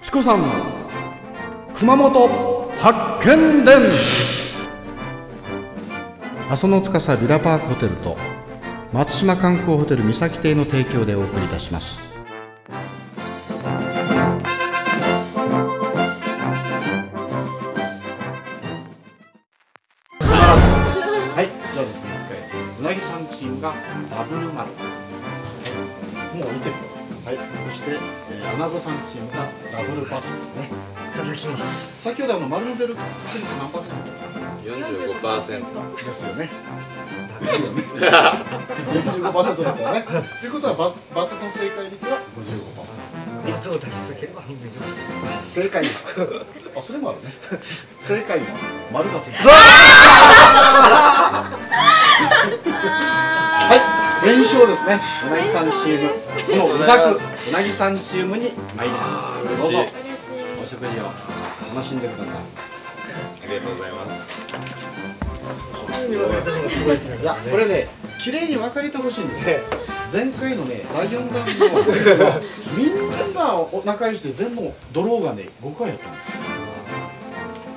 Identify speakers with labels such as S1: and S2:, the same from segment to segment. S1: チコさん熊本発見伝阿蘇の司ビラパークホテルと松島観光ホテル三崎邸の提供でお送りいたしますはいじゃあですねうなぎさんチームがダブルマルもう見てるよはいそして、えー、アナゴさんチームがダブルパスですね
S2: いただきます
S1: 先ほどあの丸めてる確率何パーセント
S3: 45%
S1: ですよね。ですよね。45%だったよね。ということはバ罰の正解率は55%。
S2: 熱を出しすぎれば半分以上です
S1: 正解率。あ、それもあるね。正解は丸が正解。はい、連勝ですね。うなぎさんチーム。もううざくうなぎさんチームに参ります。どうぞ
S3: 嬉しい
S4: 嬉し
S1: お食事を楽しんでください。
S3: ありがとうございます
S2: 半分に分かれたのがすごいですね
S1: いや、これね、綺麗に分かれてほしいんですよ。前回のね、第4弾の、みんなを仲良しで全部ドローがね、5回やったんですよ。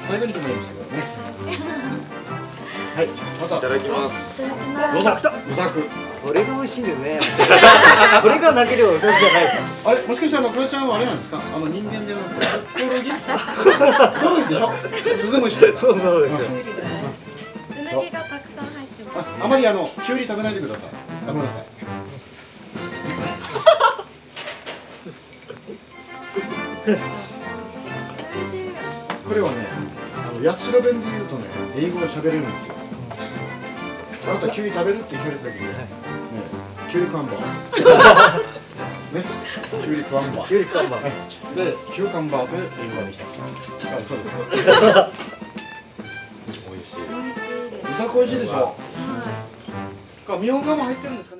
S1: 最後に決まりましたけどね。はい、また、
S3: いただきます
S1: 野
S2: 来た来た
S1: うざく。
S2: これが美味しいんですねこれがなければうさぎじゃない
S1: あれ、もしかしたら、これちゃんはあれなんですかあの、人間ではなくて、コオロギ コオロギでしょスズムシとか。
S2: そうそうですよ
S4: い。うりが大好きうなぎがたくさん入ってます。
S1: ああまりあの、きゅうり食べないでください。あごめんなさい。
S4: 美味しい。
S1: これはね、あの八代弁で言うとね、英語が喋れるんですよ。あなたキュウリ食べるって聞かれた時に、ね、キュウリカンバー。 ね、キュウリカンバー。
S2: キュウリ看板
S1: で、キュウカンバーと英語ができた。あ、そうです。
S3: 美味しい
S4: 美味しいです。
S1: うさこいしいでしょ。
S4: はい
S1: か、みょうがも入ってるんですかね。